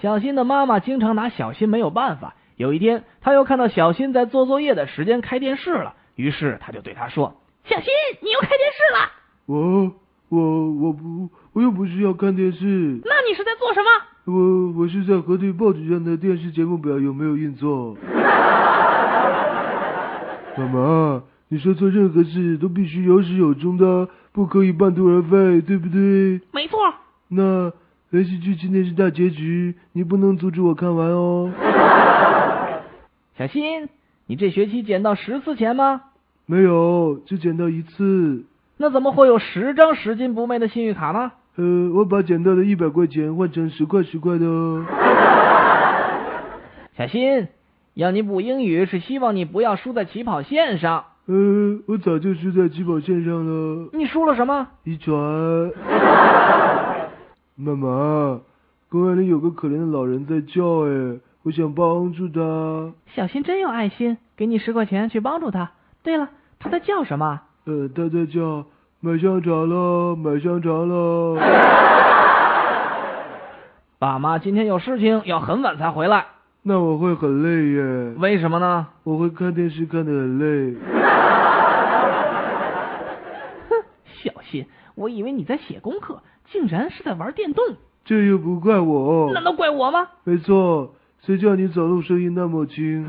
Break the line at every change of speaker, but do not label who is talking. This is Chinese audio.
小新的妈妈经常拿小新没有办法。有一天，他又看到小新在做作业的时间开电视了，于是他就对他说
小新，你又开电视了？
我我我不我又不是要看电视，
那你是在做什么？
我我是在核对报纸上的电视节目表有没有印错。妈妈，你说做任何事都必须有始有终的，不可以半途而废，对不对？
没错，
那连续剧今天是大结局，你不能阻止我看完哦。：“
小新，你这学期捡到十次钱吗？
没有，只捡到一次。
那怎么会有十张拾金不昧的信誉卡呢？
呃，我把捡到的一百块钱换成十块十块的哦。
小新，要你补英语是希望你不要输在起跑线上。
呃，我早就输在起跑线上了，
你输了什么？
遗传。妈妈，公园里有个可怜的老人在叫，哎，我想帮助他。
小新真有爱心，给你十块钱去帮助他。对了，他在叫什么？
呃，他在叫，买香肠了，买香肠了。
爸妈今天有事情，要很晚才回来。
那我会很累耶，
为什么呢？
我会看电视看得很累。
小新，我以为你在写功课，竟然是在玩电动。
这又不怪我，
难道怪我吗？
没错，谁叫你走路声音那么轻？